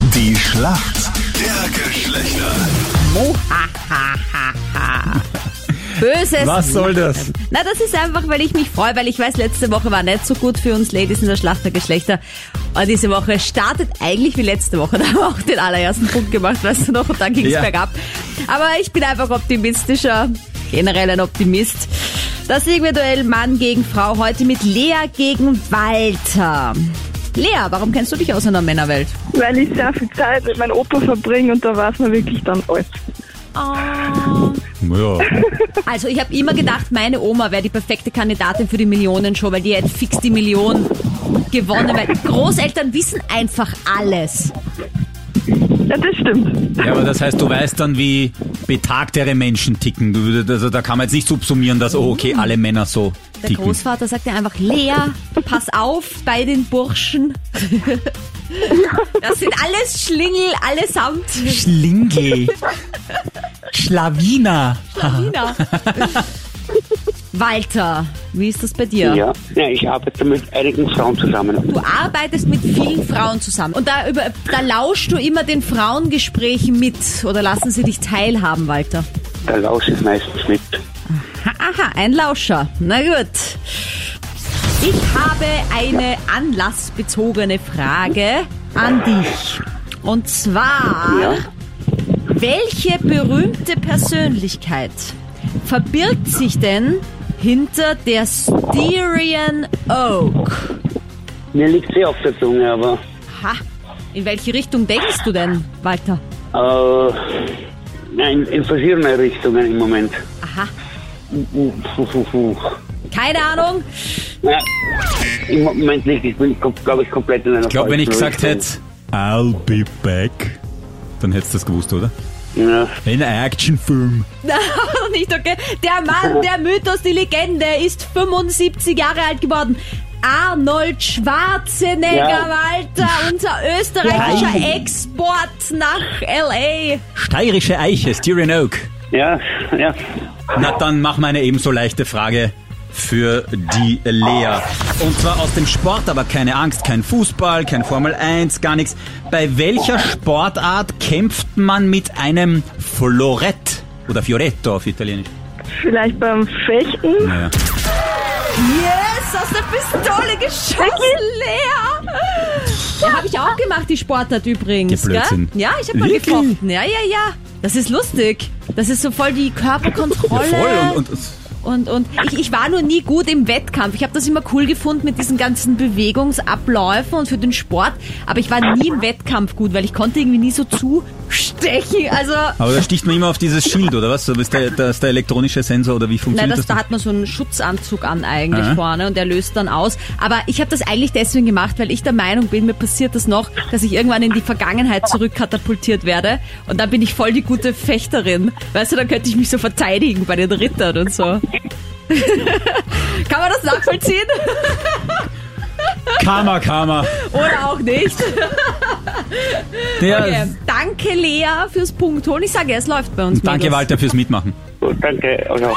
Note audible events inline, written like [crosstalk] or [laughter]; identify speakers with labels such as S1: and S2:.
S1: Die Schlacht der Geschlechter.
S2: Böses.
S3: Was soll das?
S2: Na, das ist einfach, weil ich mich freue, weil ich weiß, letzte Woche war nicht so gut für uns Ladies in der Schlacht der Geschlechter. Und diese Woche startet eigentlich wie letzte Woche. [laughs] Da haben wir auch den allerersten Punkt gemacht, weißt du noch, und dann ging es
S3: Ja.
S2: bergab. Aber ich bin einfach optimistischer, generell ein Optimist. Das Siegerduell Mann gegen Frau heute mit Lea gegen Walter. Lea, warum kennst du dich aus in der Männerwelt?
S4: Weil ich sehr viel Zeit mit meinem Opa verbringe und da war es mir wirklich dann alles.
S3: Ja.
S2: Also ich habe immer gedacht, meine Oma wäre die perfekte Kandidatin für die Millionenshow, weil die hätte fix die Million gewonnen, weil Großeltern wissen einfach alles.
S4: Ja, das stimmt.
S3: ja, aber das heißt, du weißt dann, wie betagtere Menschen ticken. Du, also, da kann man jetzt nicht subsumieren, dass, oh, okay, alle Männer so
S2: Der
S3: ticken.
S2: Großvater sagt ja einfach, Lea, pass auf bei den Burschen. Das sind alles Schlingel, allesamt.
S3: Schlingel. Schlawiner.
S2: Nina. Walter, wie ist das bei dir?
S5: Ja, ja, ich arbeite mit einigen Frauen zusammen.
S2: Du arbeitest mit vielen Frauen zusammen und da, über, da lauschst du immer den Frauengesprächen mit oder lassen sie dich teilhaben, Walter?
S5: Der Laus ist meistens mit.
S2: Aha, ein Lauscher. Na gut. Ich habe eine anlassbezogene Frage an dich. Und zwar,
S5: Ja.
S2: welche berühmte Persönlichkeit verbirgt sich denn hinter der Styrian Oak?
S5: Mir liegt sehr auf der Zunge, aber
S2: Ha, in welche Richtung denkst du denn, Walter?
S5: äh, nein, in verschiedene Richtungen im Moment.
S2: Aha,
S5: Uh, puh, puh, puh.
S2: keine Ahnung.
S5: Ja, Im Moment liegt, ich bin, glaube ich, komplett in einer
S3: Ich glaube, wenn ich
S5: falschen
S3: gesagt hätte, I'll be back, dann hättest du das gewusst, oder?
S5: Richtung. Ja,
S3: Ein Actionfilm.
S2: [laughs] Noch nicht, okay? Der Mann,
S3: [laughs]
S2: der Mythos, die Legende ist 75 Jahre alt geworden. Arnold Schwarzenegger,
S5: Ja.
S2: Walter, unser österreichischer Export nach L.A.
S3: Steirische Eiche, Styrian Oak.
S5: ja, ja.
S3: Na, dann mach mal eine ebenso leichte Frage für die Lea. Und zwar aus dem Sport, aber keine Angst, kein Fußball, kein Formel 1, gar nichts. Bei welcher Sportart kämpft man mit einem Florett? Oder Fioretto auf Italienisch.
S4: Vielleicht beim Fechten.
S3: Naja.
S2: Yes, aus der Pistole geschossen, Lea! Ja, habe ich auch gemacht, die Sportart übrigens.
S3: Geh Blödsinn.
S2: Gell? Ja, ich habe mal
S3: Wirklich?
S2: gefochten. Ja, ja, ja. Das ist lustig. Das ist so voll die Körperkontrolle.
S3: Ja, voll. Und, und
S2: Und, und ich, ich war nur nie gut im Wettkampf. Ich habe das immer cool gefunden mit diesen ganzen Bewegungsabläufen und für den Sport. Aber ich war nie im Wettkampf gut, weil ich konnte irgendwie nie so zustechen. Also,
S3: aber da sticht man immer auf dieses Schild, oder was? So ist der, da ist der elektronische Sensor oder wie
S2: nein,
S3: funktioniert
S2: das, da
S3: das?
S2: hat man so einen Schutzanzug an eigentlich
S3: Aha.
S2: vorne und der löst dann aus. Aber ich habe das eigentlich deswegen gemacht, weil ich der Meinung bin, mir passiert das noch, dass ich irgendwann in die Vergangenheit zurückkatapultiert werde. Und dann bin ich voll die gute Fechterin. Weißt du, dann könnte ich mich so verteidigen bei den Rittern und so. [laughs] Kann man das nachvollziehen?
S3: Karma, Karma.
S2: Oder auch nicht.
S3: Ja,
S2: Okay. Danke, Lea, fürs Punkt holen. Ich sage, es läuft bei uns.
S3: Danke,
S2: Mädels.
S3: Walter, fürs Mitmachen.
S5: Gut, danke. Also.